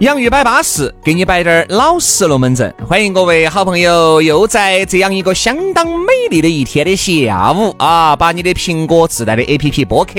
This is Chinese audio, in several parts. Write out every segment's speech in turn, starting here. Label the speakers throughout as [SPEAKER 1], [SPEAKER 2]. [SPEAKER 1] 洋芋摆巴适，给你摆点儿老实龙门阵。欢迎各位好朋友，又在这样一个相当美丽的一天的下午啊，把你的苹果自带的 APP 播客、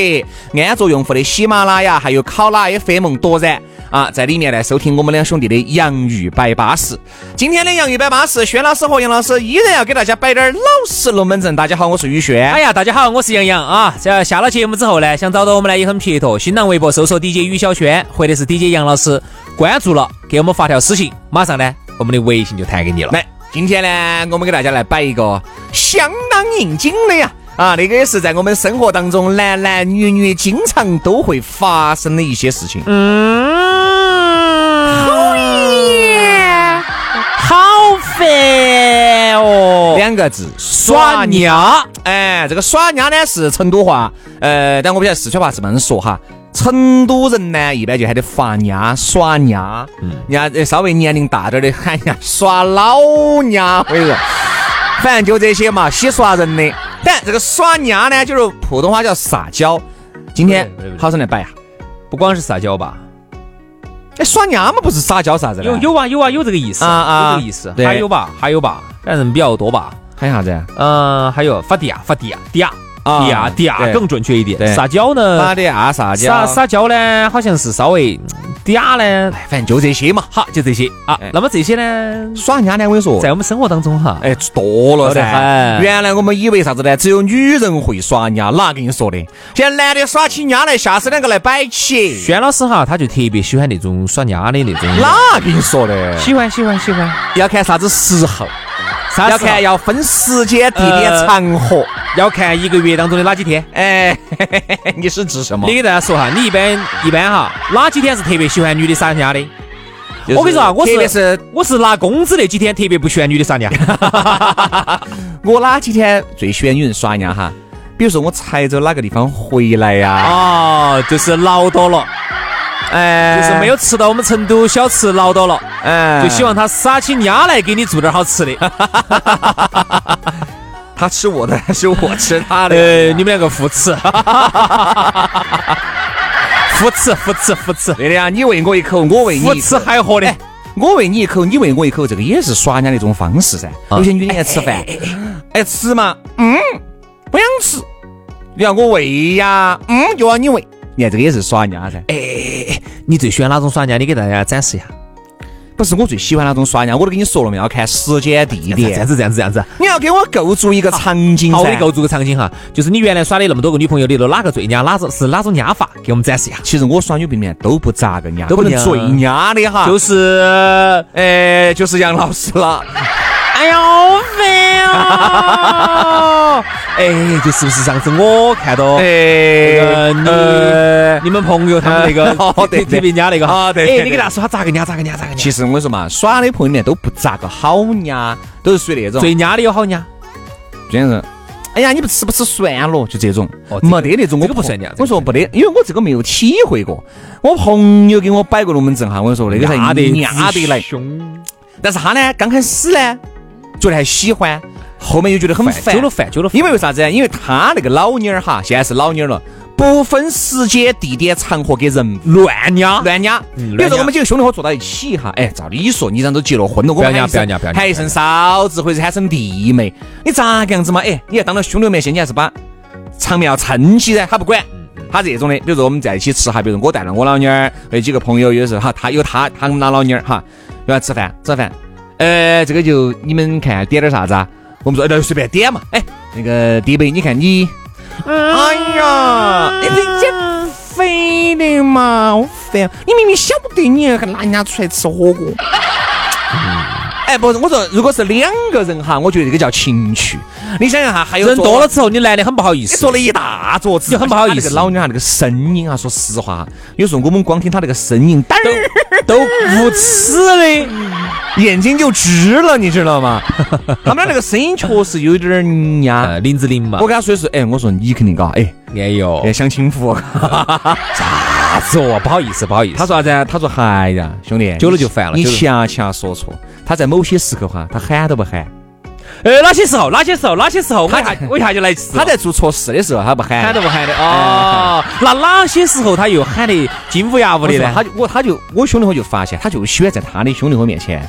[SPEAKER 1] 安卓用户的喜马拉雅，还有考拉 FM 夺然啊，在里面来收听我们两兄弟的洋芋摆巴适。今天的洋芋摆巴适，轩老师和杨老师依然要给大家摆点儿老实龙门阵。大家好，我是宇轩。
[SPEAKER 2] 哎呀，大家好，我是杨洋啊。这下了节目之后呢，想找到我们呢也很撇脱。新浪微博搜索 DJ 于小轩或者是 DJ 杨老师，关注了，给我们发条私信，马上呢我们的微信就弹给你了。
[SPEAKER 1] 来，今天呢，我们给大家来摆一个相当应景的呀。啊，那个也是在我们生活当中男男女女经常都会发生的一些事情。
[SPEAKER 2] 嗯，好烦哦
[SPEAKER 1] 两个字，
[SPEAKER 2] 耍。尿，
[SPEAKER 1] 哎，这个耍丫呢是成都话，呃，但我不晓得四川话是不是这么说哈。成都人呢，一般就喊的发丫、耍丫，
[SPEAKER 2] 嗯
[SPEAKER 1] 人家稍微年龄大点儿的喊人家耍老丫，我跟你说，反正就这些嘛，洗刷人的。但这个耍丫呢，就是普通话叫撒娇。今天
[SPEAKER 2] 对对对
[SPEAKER 1] 好生来摆一下，
[SPEAKER 2] 不光是撒娇吧？
[SPEAKER 1] 哎，耍丫嘛不是撒娇啥子嘞？
[SPEAKER 2] 有有啊有啊有这个意思
[SPEAKER 1] 啊啊
[SPEAKER 2] 有这个意思。
[SPEAKER 1] 对
[SPEAKER 2] 还有吧还有吧，但人比较多吧。
[SPEAKER 1] 喊啥子啊？
[SPEAKER 2] 嗯，还有发嗲发嗲嗲
[SPEAKER 1] 啊
[SPEAKER 2] 嗲嗲
[SPEAKER 1] 对
[SPEAKER 2] 更准确一
[SPEAKER 1] 对
[SPEAKER 2] 点。撒娇呢？
[SPEAKER 1] 撒的啊撒
[SPEAKER 2] 撒
[SPEAKER 1] 娇？
[SPEAKER 2] 撒娇呢，好像是稍微嗯嗲呢。
[SPEAKER 1] 哎，反正就这些嘛。
[SPEAKER 2] 好，就这些啊
[SPEAKER 1] 哎。
[SPEAKER 2] 那么这些呢，
[SPEAKER 1] 耍丫呢，我跟你说，
[SPEAKER 2] 在我们生活当中哈，
[SPEAKER 1] 哎，多了
[SPEAKER 2] 多得
[SPEAKER 1] 噻。
[SPEAKER 2] 很
[SPEAKER 1] 原来我们以为啥子呢？只有女人会耍丫，哪跟你说的？现在男的耍起丫来，下次两个来摆起，
[SPEAKER 2] 轩老师哈，他就特别喜欢那种耍丫的那种。
[SPEAKER 1] 哪跟你说的？
[SPEAKER 2] 喜欢喜欢喜欢，
[SPEAKER 1] 要看啥子时候，
[SPEAKER 2] 啥
[SPEAKER 1] 要
[SPEAKER 2] 时候
[SPEAKER 1] 看要分时间、地点、
[SPEAKER 2] 呃
[SPEAKER 1] 场合。
[SPEAKER 2] 要看一个月当中的哪几天。
[SPEAKER 1] 哎， 嘿嘿嘿嘿你是指什么
[SPEAKER 2] 呃你？给大家说哈，你一般一般哈，哪几天是特别喜欢女的撒丫的？
[SPEAKER 1] 就是
[SPEAKER 2] 我跟你说啊我是
[SPEAKER 1] 特别是
[SPEAKER 2] 我是拿工资那几天特别不喜欢女的撒丫。
[SPEAKER 1] 我哪几天最喜欢女人耍丫哈？比如说我才走哪个地方回来呀？
[SPEAKER 2] 哦，就是挠到了，
[SPEAKER 1] 哎
[SPEAKER 2] 就是没有吃到我们成都小吃挠到了，
[SPEAKER 1] 哎
[SPEAKER 2] 就希望他撒起丫来给你做点好吃 的。
[SPEAKER 1] 他吃我的，还是我吃他的？
[SPEAKER 2] 呃，你们两个互 斥，互斥互斥互斥，
[SPEAKER 1] 对的呀，你喂我一口，我喂你
[SPEAKER 2] 互
[SPEAKER 1] 一口
[SPEAKER 2] 斥还活的。
[SPEAKER 1] 我喂你一口，你喂我一口，这个也是耍人家的一种方式噻。
[SPEAKER 2] 啊
[SPEAKER 1] 有些女的爱吃 饭，爱吃嘛，嗯，不想吃，你要我喂呀，嗯，就要你喂，你看这个也是耍人家噻。哎，
[SPEAKER 2] 你最喜欢哪种耍家？你给大家展示一下。
[SPEAKER 1] 不是我最喜欢那种耍人家，我都跟你说了嘛，要看时间地
[SPEAKER 2] 这样
[SPEAKER 1] 点，
[SPEAKER 2] 子这样子这样子。
[SPEAKER 1] 你要给我构筑一个场景
[SPEAKER 2] 好，我给
[SPEAKER 1] 噻
[SPEAKER 2] 你。构筑个场景哈，就是你原来耍的那么多个女朋友里头，哪个最娘，哪种是哪种娘法，给我们啊展示一下。
[SPEAKER 1] 其实我耍女朋友呢都不咋个娘，
[SPEAKER 2] 都不
[SPEAKER 1] 可能
[SPEAKER 2] 娘
[SPEAKER 1] 最娘的哈，
[SPEAKER 2] 就是，
[SPEAKER 1] 哎，就是杨老师了。
[SPEAKER 2] 哎呦，好烦哦！ 哎，就是不是上次我看
[SPEAKER 1] 哦
[SPEAKER 2] 到？
[SPEAKER 1] 哎，
[SPEAKER 2] 呃，你、
[SPEAKER 1] 呃
[SPEAKER 2] 你们朋友他们那个
[SPEAKER 1] 呃 哦对对
[SPEAKER 2] 特别家那个哈
[SPEAKER 1] 啊对对
[SPEAKER 2] 哎，你给他说他咋个娘咋个娘咋个娘，
[SPEAKER 1] 其实我跟你说嘛，耍的朋友们都不咋个好呀，都是属于那种
[SPEAKER 2] 最娘的有好娘。
[SPEAKER 1] 真是，哎呀，你不吃不吃蒜咯，就这种，
[SPEAKER 2] 哦这
[SPEAKER 1] 没
[SPEAKER 2] 个
[SPEAKER 1] 得那种我
[SPEAKER 2] 这个不算
[SPEAKER 1] 朋
[SPEAKER 2] 呀
[SPEAKER 1] 我说没得，因为我这个没有体会过。我朋友给我摆过龙门阵哈，我跟你说那个才
[SPEAKER 2] 压得
[SPEAKER 1] 压得来。
[SPEAKER 2] 凶，
[SPEAKER 1] 但是他呢，刚开始呢，觉得还喜欢，后面又觉得很烦
[SPEAKER 2] 久。了烦，久了烦。
[SPEAKER 1] 因为为啥子呢？因为他那个老妞儿哈，现在是老妞儿了，不分时间、地点、场合给人
[SPEAKER 2] 乱呀，
[SPEAKER 1] 乱压。
[SPEAKER 2] 嗯乱压
[SPEAKER 1] 比如说我们几个兄弟伙坐到一起哈，哎，照理说你这样都结了婚了，我
[SPEAKER 2] 不要
[SPEAKER 1] 们
[SPEAKER 2] 压
[SPEAKER 1] 喊一
[SPEAKER 2] 不要
[SPEAKER 1] 声
[SPEAKER 2] 压不要压
[SPEAKER 1] 喊一声嫂子或者喊声弟妹，你咋个样子嘛？哎，你要当到兄弟面前，你还是把场面要撑起噻，他不管。
[SPEAKER 2] 嗯
[SPEAKER 1] 他这种的，比如说我们在一起吃哈，比如说我带了我老妞儿，有几个朋友，有的时候哈，他有他，他跟他老妞儿哈，要吃饭吃饭，呃，这个就你们看点点啥子啊？我们说哎那就随便点嘛，哎，那个弟妹，你看你，哎呀，你这肥的
[SPEAKER 2] 啊
[SPEAKER 1] 嘛，好烦！你明明晓得你还拿人家出来吃火锅，哎，不是，我说如果是两个人哈，我觉得这个叫情趣。你想一下哈，还有
[SPEAKER 2] 人
[SPEAKER 1] 坐
[SPEAKER 2] 多了，之后，你男的很不好意
[SPEAKER 1] 你
[SPEAKER 2] 思
[SPEAKER 1] 坐。了一大桌子，
[SPEAKER 2] 就很不好意思
[SPEAKER 1] 而且他那个老妞哈，那个声音啊，说实话哈，有时候我们光听她那个声音，嘚儿
[SPEAKER 2] 都无耻的，
[SPEAKER 1] 眼睛就直了，你知道吗？ 他们俩那个声音确实有点儿嗯呀。
[SPEAKER 2] 呃，林志玲嘛
[SPEAKER 1] 我，跟他说的是，哎，我说你肯定嘎，哎，
[SPEAKER 2] 哎呦，
[SPEAKER 1] 哎，享清福。
[SPEAKER 2] 啥子哦？不好意思，不好意思，
[SPEAKER 1] 他说啥子啊？他说，嗨呀，兄 弟，
[SPEAKER 2] 久了就烦了
[SPEAKER 1] 你
[SPEAKER 2] 久了
[SPEAKER 1] 恰恰说错，他在某些时刻哈，他喊都不喊，
[SPEAKER 2] 呃，哪些时候？哪些时候？哪些时候？我一下我一下就来吃了。
[SPEAKER 1] 他在做错事的时候他不喊，
[SPEAKER 2] 喊都不喊
[SPEAKER 1] 哎
[SPEAKER 2] 的哦。那哪些时候他又喊得金乌鸦乌
[SPEAKER 1] 我
[SPEAKER 2] 的
[SPEAKER 1] 说
[SPEAKER 2] 呢？
[SPEAKER 1] 他就我他就我兄弟伙就发现，他就喜欢在他的兄弟伙面前。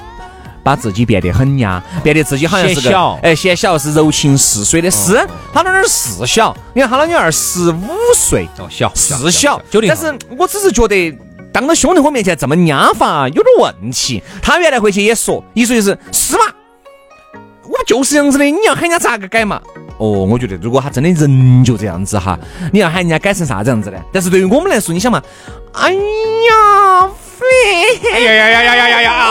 [SPEAKER 1] 把自己变得很呀，变得自己好像是
[SPEAKER 2] 显
[SPEAKER 1] 个
[SPEAKER 2] 小
[SPEAKER 1] 哎，显小是柔情似水的，是他那儿是小，你看他老女儿十五岁，
[SPEAKER 2] 哦，小
[SPEAKER 1] 是小，
[SPEAKER 2] 九零
[SPEAKER 1] 但是我只是觉得。当着兄弟伙面前这么娘法有点问题。他原来回去也说，一说就是是嘛，我就是这样子的，你要喊人家咋个改嘛？哦，我觉得如果他真的人就这样子哈，你要喊人家改成啥子样子呢？但是对于我们来说，你想嘛，哎呀，
[SPEAKER 2] 哎
[SPEAKER 1] 飞，
[SPEAKER 2] 呀呀呀呀呀呀呀！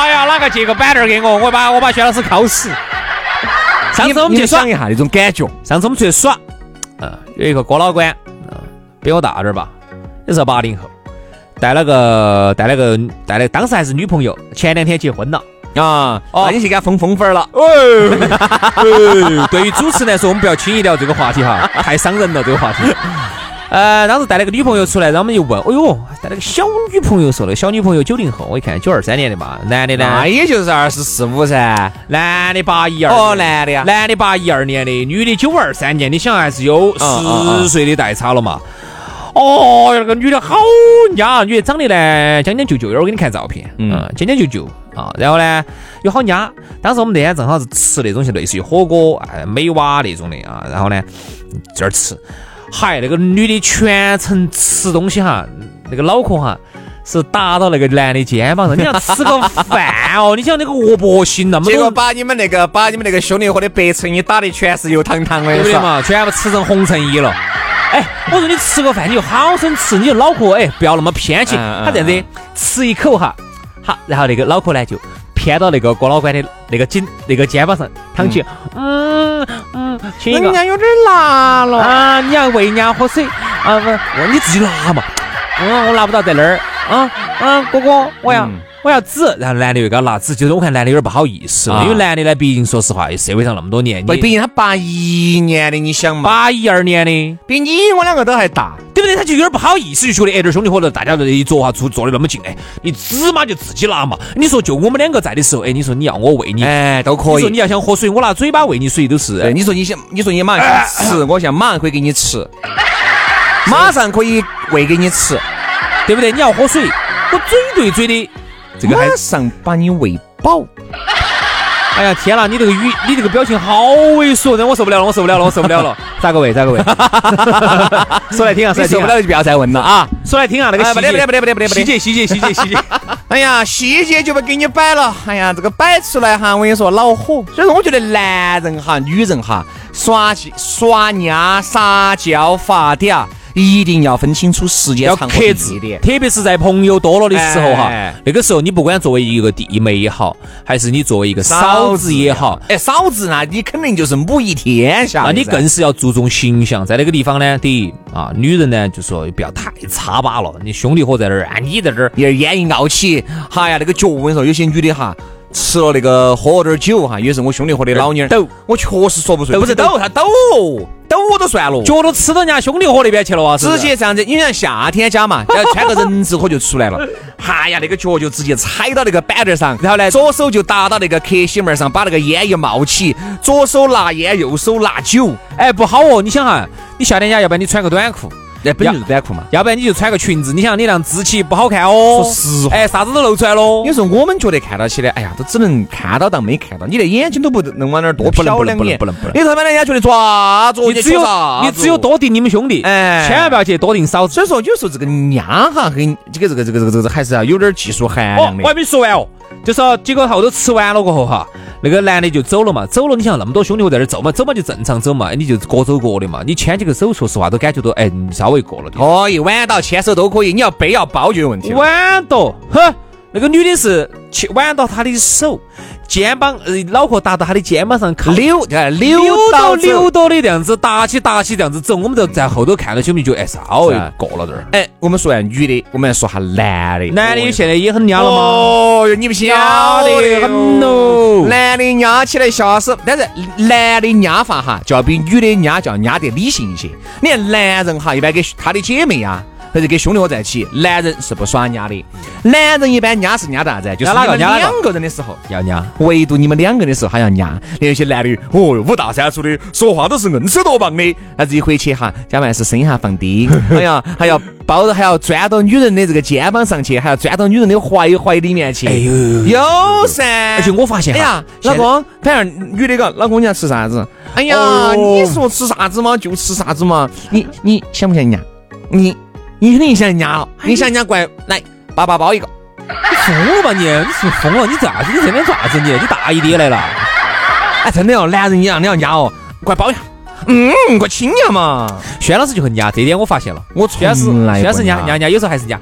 [SPEAKER 2] 哎呀，哪个借个板凳给我？我把我把薛老师铐死。上次我们
[SPEAKER 1] 你
[SPEAKER 2] 去耍
[SPEAKER 1] 想一，下那种感觉，
[SPEAKER 2] 上次我们出去耍，嗯，有一个郭老倌，嗯，比我大点儿吧，也是八零后，带了个带了个带了，当时还是女朋友，前两天结婚了。
[SPEAKER 1] 啊，
[SPEAKER 2] 哦
[SPEAKER 1] 那你去给他封封粉儿了。
[SPEAKER 2] 对于主持人来说，我们不要轻易聊这个话题哈，太伤人了这个话题。呃，当时带了个女朋友出来，然后我们就问，哎呦，带了个小女朋友说的，小女朋友九零后，我一看九二三年的嘛，男的呢
[SPEAKER 1] 那，也就是二十四五噻。
[SPEAKER 2] 男的八一二，
[SPEAKER 1] 哦，男的呀，
[SPEAKER 2] 男的八一二年的，女的九二三年，你想还是有
[SPEAKER 1] 嗯嗯
[SPEAKER 2] 十岁的代差了嘛？哦，那个女的好嗲，女的长得呢将将就就，一会儿我给你看照片，
[SPEAKER 1] 嗯
[SPEAKER 2] 嗯，将将就就啊，然后呢又好嗲。当时我们那天正好是吃那种像类似于火锅、哎美蛙那种的啊，然后呢这儿吃，嗨，那个女的全程吃东西哈，那个脑壳哈。是打到那个男的肩膀上，你要吃个饭哦，你想那个恶脖心那么多
[SPEAKER 1] 结果把你们那个把你们那个兄弟伙的白衬衣打的全是油汤汤的，
[SPEAKER 2] 对不
[SPEAKER 1] 是
[SPEAKER 2] 对
[SPEAKER 1] 吧？
[SPEAKER 2] 嘛？全部吃成红衬衣了。哎，我说你吃个饭你就好生吃，你就脑壳哎不要那么偏激。
[SPEAKER 1] 嗯嗯
[SPEAKER 2] 他这样子吃一口哈，好，然后那个脑壳呢就偏到那个郭老倌的那个颈那个肩膀上躺起，嗯嗯，亲一个
[SPEAKER 1] 哎有点辣了
[SPEAKER 2] 啊，你要喂人家喝水啊不，我你自己拿嘛，嗯，我拿不到在那儿啊啊，哥哥我要。
[SPEAKER 1] 嗯
[SPEAKER 2] 我要纸，然后男的又给他拿纸，就是我看男的有点不好意思了，
[SPEAKER 1] 啊
[SPEAKER 2] 因为男的呢，毕竟说实话，社会上那么多年，
[SPEAKER 1] 不，
[SPEAKER 2] 你
[SPEAKER 1] 毕竟他八一年的，你想嘛，
[SPEAKER 2] 八一二年的，
[SPEAKER 1] 比你我两个都还大。
[SPEAKER 2] 对不对？他就有点不好意思，就觉得哎，这兄弟伙子大家在一桌哈，坐坐的那么近，哎，你指嘛就自己拿嘛。你说就我们两个在的时候，哎，你说你要我喂你，
[SPEAKER 1] 哎，都可
[SPEAKER 2] 你说
[SPEAKER 1] 以
[SPEAKER 2] 你。要想喝水，我拿嘴巴喂你水都
[SPEAKER 1] 对，
[SPEAKER 2] 是。哎
[SPEAKER 1] 你说你想，你说你马上想
[SPEAKER 2] 啊
[SPEAKER 1] 吃，我想马上可以给你吃，马上可以喂给你吃，
[SPEAKER 2] 对不对？你要喝水，我嘴对嘴的，这个还
[SPEAKER 1] 马，上把你喂饱。
[SPEAKER 2] 哎呀天呐，你这个语，你这个表情好猥琐，让我受不了了，我受不了了，我受不了了，咋个喂？咋个 喂？说来听啊，说
[SPEAKER 1] 你受
[SPEAKER 2] 来
[SPEAKER 1] 不
[SPEAKER 2] 听啊，
[SPEAKER 1] 了就不要再问了啊！
[SPEAKER 2] 说来听啊，那个
[SPEAKER 1] 哎
[SPEAKER 2] 细
[SPEAKER 1] 不得不得不得
[SPEAKER 2] 节，
[SPEAKER 1] 不得不得不
[SPEAKER 2] 细
[SPEAKER 1] 得！
[SPEAKER 2] 节，细节，细节，细节。
[SPEAKER 1] 哎呀，细节就不给你摆了。哎呀，这个摆出来哈，我跟你说恼火。所以说，我觉得男人哈、女人哈，耍起耍娘、撒娇、发嗲，一定要分清楚时间
[SPEAKER 2] 要
[SPEAKER 1] 长
[SPEAKER 2] 克
[SPEAKER 1] 和地
[SPEAKER 2] 制
[SPEAKER 1] 点。
[SPEAKER 2] 特别是在朋友多了的时候哈
[SPEAKER 1] 哎，
[SPEAKER 2] 那个时候你不管作为一个弟妹也好，还是你作为一个嫂子也好，，
[SPEAKER 1] 哎，嫂子呢，你肯定就是母仪天下的
[SPEAKER 2] 那
[SPEAKER 1] 噻。
[SPEAKER 2] 你更是要注重形象。在那个地方呢，第一啊，女人呢就说不要太差巴了，你兄弟伙在那儿，啊你在这儿。
[SPEAKER 1] 有点烟一傲起，哈呀，那个脚，我跟你说，有些女的哈，吃了那个喝了点酒哈，也是我兄弟伙的老妞儿
[SPEAKER 2] 抖，
[SPEAKER 1] 我确实说不顺，
[SPEAKER 2] 抖不是抖
[SPEAKER 1] 她抖抖我都算了，
[SPEAKER 2] 脚都吃到人家兄弟伙那边去了啊！是不
[SPEAKER 1] 直
[SPEAKER 2] 是
[SPEAKER 1] 接这样子，你像夏天家 嘛，然后穿个人字拖就出 来了，哎呀，那个脚就直接踩到那个板凳上，然后呢，左手就搭到那个客席门上，把那个烟一冒起，左手拿烟，右手拿酒，
[SPEAKER 2] 哎不好哦！你想哈，你夏天家，要不然你穿个短裤，
[SPEAKER 1] 那
[SPEAKER 2] 本就是
[SPEAKER 1] 短裤嘛。
[SPEAKER 2] 要不然你就穿个裙子。你想你那样肢体不好看哦。
[SPEAKER 1] 说实话
[SPEAKER 2] 哎，啥子都露出来喽。
[SPEAKER 1] 有时候我们觉得看到起的，哎呀，都只能看到当没看到，你的眼睛都不能往那儿多
[SPEAKER 2] 不能
[SPEAKER 1] 瞟
[SPEAKER 2] 不
[SPEAKER 1] 两
[SPEAKER 2] 能不能
[SPEAKER 1] 眼，
[SPEAKER 2] 不能不能
[SPEAKER 1] 你他妈的人家觉得抓住
[SPEAKER 2] 你只有你只
[SPEAKER 1] 抓
[SPEAKER 2] 有。
[SPEAKER 1] 住
[SPEAKER 2] 多盯你们兄弟，
[SPEAKER 1] 哎
[SPEAKER 2] 千万不要去多盯嫂子。
[SPEAKER 1] 所以说，有时候这个娘哈，跟这个这个这个这个这个还是要啊有点技术含
[SPEAKER 2] 哦
[SPEAKER 1] 量，
[SPEAKER 2] 我还
[SPEAKER 1] 的。
[SPEAKER 2] 没说完哦，就是说结果后头吃完了过后哈，那个男的就走了嘛，走了你想那么多兄弟伙在这儿走嘛，走嘛就正常走嘛，哎你就各走各的嘛，你牵起个手，说实话都感觉到哎你稍微过了点，
[SPEAKER 1] 可以，晚到牵手都可以，你要背要包就有问题了。
[SPEAKER 2] 晚到，哼。那个女的是去挽到他的手，肩膀呃脑壳搭到他的肩膀上靠，
[SPEAKER 1] 溜哎
[SPEAKER 2] 溜
[SPEAKER 1] 溜
[SPEAKER 2] 到
[SPEAKER 1] 到
[SPEAKER 2] 溜
[SPEAKER 1] 溜。
[SPEAKER 2] 到的这样子，搭起搭起这样子走，我们就在后头看到起，我们就觉得哎稍微
[SPEAKER 1] 是啊
[SPEAKER 2] 过了点儿。
[SPEAKER 1] 哎，我们说完女的，我们来说下男的。
[SPEAKER 2] 男的现在也很娘了吗？
[SPEAKER 1] 哦哟，你不晓得很喽！男的压起来吓死，但是男的压法哈，就要比女的压就要压得理性一些。你看男人哈，一般跟他的姐妹啊，或者跟兄弟伙在一起，男人是不耍压的。男人一般压是压的啥子啊？就是
[SPEAKER 2] 压哪
[SPEAKER 1] 你
[SPEAKER 2] 个
[SPEAKER 1] 们
[SPEAKER 2] 压哪个
[SPEAKER 1] 两个人的时候。
[SPEAKER 2] 要娘。
[SPEAKER 1] 唯独你们两个的时候还要压，那有些男的，哦哟，五大三粗的，说话都是硬扯多棒的，那自己回去哈，家门还是声音哈放 低，哎呀，还要包着，还要钻到女人的这个肩膀上去，还要钻到女人的怀怀里面去，
[SPEAKER 2] 哎呦
[SPEAKER 1] 有噻，
[SPEAKER 2] 而且我发现
[SPEAKER 1] 哎
[SPEAKER 2] 哈
[SPEAKER 1] 呀，
[SPEAKER 2] 现
[SPEAKER 1] 老
[SPEAKER 2] 在
[SPEAKER 1] 公，反正女的个，老公你要吃啥子？哎呀，
[SPEAKER 2] 哦
[SPEAKER 1] 你说吃啥子嘛，就吃啥子嘛，你你想不想压？你你肯定想压了，
[SPEAKER 2] 哎
[SPEAKER 1] 你想压过来，来，爸爸包 一个。
[SPEAKER 2] 疯了吧你？你是不是疯了？你咋子？你这边咋子？你你大姨爹来了？
[SPEAKER 1] 哎，真的哦，男人一样，你要压哦，快包一下，嗯，快亲一下嘛。
[SPEAKER 2] 轩老师就很压，这点我发现了。
[SPEAKER 1] 我
[SPEAKER 2] 轩老师，
[SPEAKER 1] 从来
[SPEAKER 2] 轩
[SPEAKER 1] 不
[SPEAKER 2] 老师压压
[SPEAKER 1] 压，
[SPEAKER 2] 压，有时候还是压。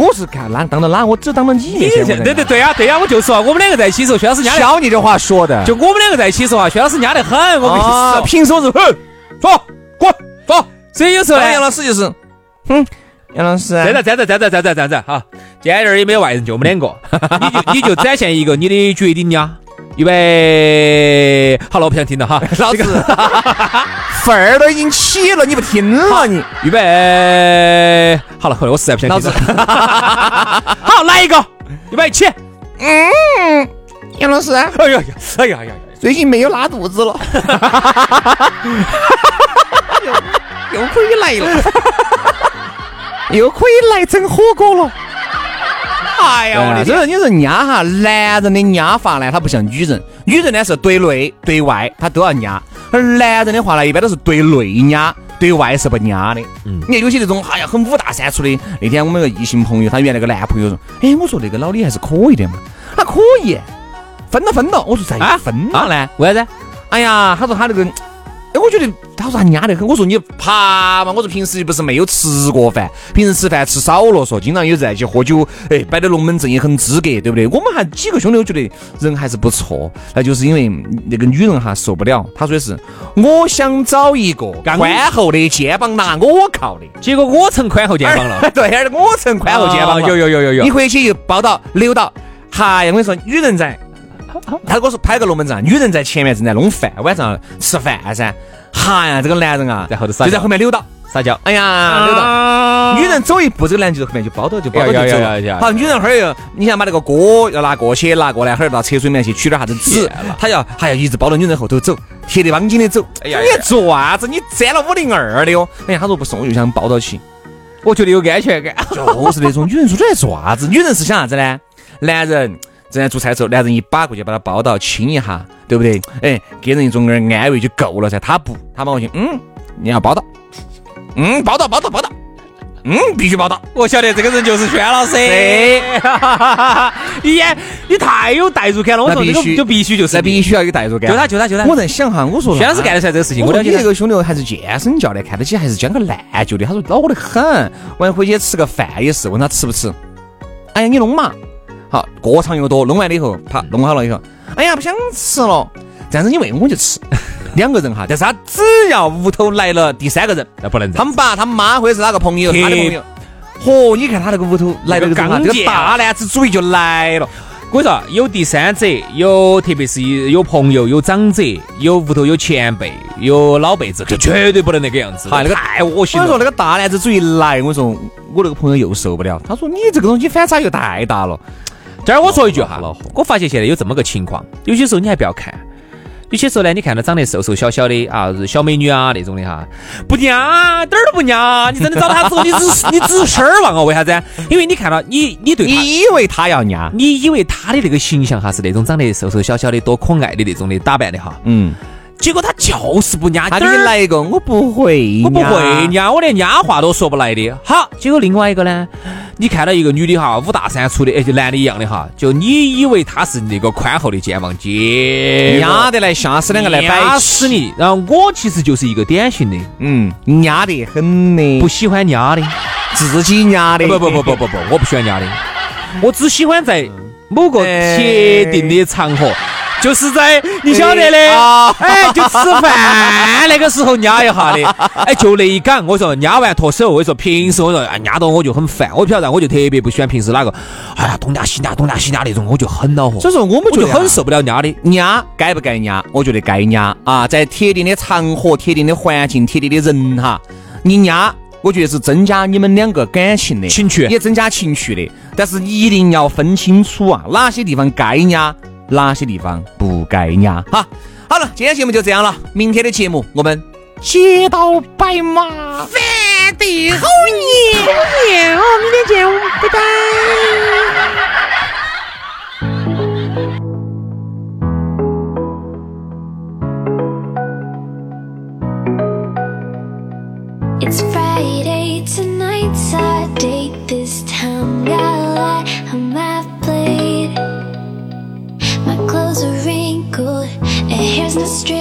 [SPEAKER 1] 我是看哪当到哪，我只当到你面前。我才压，
[SPEAKER 2] 对对对呀对呀，我就说我们两个在一起的时候，轩老师压的，
[SPEAKER 1] 小你这话说的，
[SPEAKER 2] 就我们两个在一起的时候啊，轩老师压得很，我跟你
[SPEAKER 1] 啊，
[SPEAKER 2] 说。
[SPEAKER 1] 凭什么是？哼，走，滚，走。
[SPEAKER 2] 所以有时哎候
[SPEAKER 1] 然后杨
[SPEAKER 2] 呢，
[SPEAKER 1] 老师就是，哼，杨老师啊，
[SPEAKER 2] 站着站着站着站着站着哈，今天这儿也没有外人，就我们两 个，你就你就展现一个你的决定呀。预备，好了，我不想听了哈，
[SPEAKER 1] 老子份儿都已经起了，你不听了你。
[SPEAKER 2] 预备，好了，后来我实在不想听
[SPEAKER 1] 老子
[SPEAKER 2] 了。 好，来一个，预备起。
[SPEAKER 1] 嗯，杨老师啊，
[SPEAKER 2] 哎呀呀，哎呀呀呀！
[SPEAKER 1] 最近没有拉肚子了， 又又可以来了， 又可以来整火锅了。
[SPEAKER 2] 哎呀，我的
[SPEAKER 1] 所
[SPEAKER 2] 天！
[SPEAKER 1] 以说你说压哈，男人的压法呢，他不像女人，女人呢是对内对外他都要压，而男人的话呢，一般都是对内压，对外是不压的。嗯，你看有些那种哎呀很五大三粗的，那天我们有个异性朋友，她原来个男朋友说，哎，我说那个老李还是可以的嘛，他可以，分了分了，我说咋又分了呢？
[SPEAKER 2] 为啥子？
[SPEAKER 1] 哎呀，他说他那个，哎，我觉得他说他压得很。我说你爬嘛，我说平时又不是没有吃过饭，平时吃饭吃少了，说经常有在一起喝酒，哎，摆的龙门阵也很资格，对不对？我们还几个兄弟，我觉得人还是不错。那就是因为那个女人哈受不了，她说的是，我想找一个
[SPEAKER 2] 刚
[SPEAKER 1] 宽厚的肩膀拿我靠的。，
[SPEAKER 2] 结果我成宽厚肩膀了，
[SPEAKER 1] 对，而我成宽厚肩膀了
[SPEAKER 2] 啊有有有有有
[SPEAKER 1] 你回去又抱到溜到，嗨，我跟你说，女人在，他跟我说拍个龙门阵，啊女人在前面正在弄饭，晚上吃饭噻，哈呀，这个男人啊，
[SPEAKER 2] 在后头撒
[SPEAKER 1] 就在
[SPEAKER 2] 娇
[SPEAKER 1] 后面溜达，
[SPEAKER 2] 撒娇。
[SPEAKER 1] 哎呀，溜达。
[SPEAKER 2] 啊
[SPEAKER 1] 女人走一步，这个男就后面就包到就包到就
[SPEAKER 2] 哎呀
[SPEAKER 1] 走
[SPEAKER 2] 哎呀哎呀
[SPEAKER 1] 了。
[SPEAKER 2] 哎呀
[SPEAKER 1] 好，女人哈儿又，你想把那个锅要拿过去，拿过来，哈儿到厕所里面去取点啥子 纸，她要还要一直包到女人后头走，铁的绑紧的走。哎
[SPEAKER 2] 呀
[SPEAKER 1] 呀，
[SPEAKER 2] 哎
[SPEAKER 1] 你
[SPEAKER 2] 呀
[SPEAKER 1] 做啥子？你沾了五零二的哟！哎呀，她说不是，我就想包到起。
[SPEAKER 2] 我觉得有安全感。
[SPEAKER 1] 就是那种女人说这在做啥子？女人是想啥子呢？男人正在做菜的时候，男人一把过去把她抱到亲一下，对不对？哎，给人一种点安慰就够了噻。他不，他马过去，嗯，你要抱到，嗯，抱到，抱到，抱到，嗯，必须抱到。
[SPEAKER 2] 我晓得这个人 就是轩老师。你也你太有代入感了，我说
[SPEAKER 1] 那必
[SPEAKER 2] 这个
[SPEAKER 1] 须
[SPEAKER 2] 就必须就是
[SPEAKER 1] 这必
[SPEAKER 2] 须，
[SPEAKER 1] 须要有代入感。
[SPEAKER 2] 就他就他就他。
[SPEAKER 1] 我在想哈，我说
[SPEAKER 2] 轩老师干得出来这个事情，
[SPEAKER 1] 我
[SPEAKER 2] 我
[SPEAKER 1] 说
[SPEAKER 2] 了
[SPEAKER 1] 你
[SPEAKER 2] 解
[SPEAKER 1] 那
[SPEAKER 2] 他。
[SPEAKER 1] 个兄弟还是健身教练，看得起还是将个烂就的。他说恼火得很，完回去吃个饭也是，问他吃不吃，哎呀你弄嘛，好过场又多，弄完了以后，啪
[SPEAKER 2] 嗯
[SPEAKER 1] 弄好了以后，哎呀不想吃了，这样子你喂我就吃。两个人哈，但是他只要屋头来了第三个人，
[SPEAKER 2] 那不能
[SPEAKER 1] 他们爸、他妈或者是哪个朋友、
[SPEAKER 2] 嘿
[SPEAKER 1] 他的朋友，嚯、你看他那个屋头来了个啊人哈，这
[SPEAKER 2] 这个刚
[SPEAKER 1] 个
[SPEAKER 2] 健
[SPEAKER 1] 大男子主义就来了。
[SPEAKER 2] 我跟你说，有第三者，有特别是有朋友、有长者、有屋头有前辈、有老辈子，就绝对不能那个样子。
[SPEAKER 1] 哎那个
[SPEAKER 2] 太恶心
[SPEAKER 1] 所以说那
[SPEAKER 2] 了。
[SPEAKER 1] 个大男子主义来，我说我那个朋友又受不了，他说你这个东西反差又太大了。
[SPEAKER 2] 这儿我说一句哈
[SPEAKER 1] 恼火，
[SPEAKER 2] 我发现现在有这么个情况，有些时候你还不要看，有些时候呢，你看到长得瘦瘦小小的啊，小美女啊那种的哈，不娘，点儿都不娘，你真的找到她之后，你只 你只奢望啊，为啥子？因为你看到你你对她。
[SPEAKER 1] 你以为他要压？
[SPEAKER 2] 你以为她的那个形象哈是那种长得瘦瘦小小的、多可爱的那种的打扮的哈，
[SPEAKER 1] 嗯，
[SPEAKER 2] 结果她就是不娘，
[SPEAKER 1] 他给
[SPEAKER 2] 点
[SPEAKER 1] 你
[SPEAKER 2] 儿
[SPEAKER 1] 来一个，我不会，
[SPEAKER 2] 我不会。呀，我连呀话都说不来的。好，结果另外一个呢，你看到一个女的哈，五大三粗的，哎，就男的一样的哈，就你以为她是那个宽厚的肩膀，结
[SPEAKER 1] 压得来吓死两个来摆，
[SPEAKER 2] 压死。你。然后我其实就是一个典型的
[SPEAKER 1] 嗯，压得很的，
[SPEAKER 2] 不喜欢呀的，
[SPEAKER 1] 自己压的。哦
[SPEAKER 2] 不不不不不不，我不喜欢呀的。 我只喜欢在某个特定的场合，就是在你晓得的
[SPEAKER 1] 哎啊，
[SPEAKER 2] 哎，就吃饭那个时候压一下的，哎，就那一岗，我说压完脱手，我说平时我说哎压到我就很烦，我晓得我就特别不喜欢平时哪个，哎呀东压西压东压西压那种，我就很恼火，
[SPEAKER 1] 所以说我们
[SPEAKER 2] 我
[SPEAKER 1] 觉
[SPEAKER 2] 就
[SPEAKER 1] 得啊
[SPEAKER 2] 很受不了压的。
[SPEAKER 1] 压该不该压？我觉得该压啊，在特定的场合、特定的环境、特定的人哈，你压，我觉得是增加你们两个感情的
[SPEAKER 2] 情趣
[SPEAKER 1] 也增加情趣的。但是一定要分清楚啊，哪些地方该压，哪些地方不该压哈。好了，今天节目就这样了，明天的节目我们接到白马饭的好年，好年哦，明天见，拜拜。
[SPEAKER 3] It's Friday tonight's our date. This time got a lot on my plate. My clothes are wrinkled, and hair's not straight.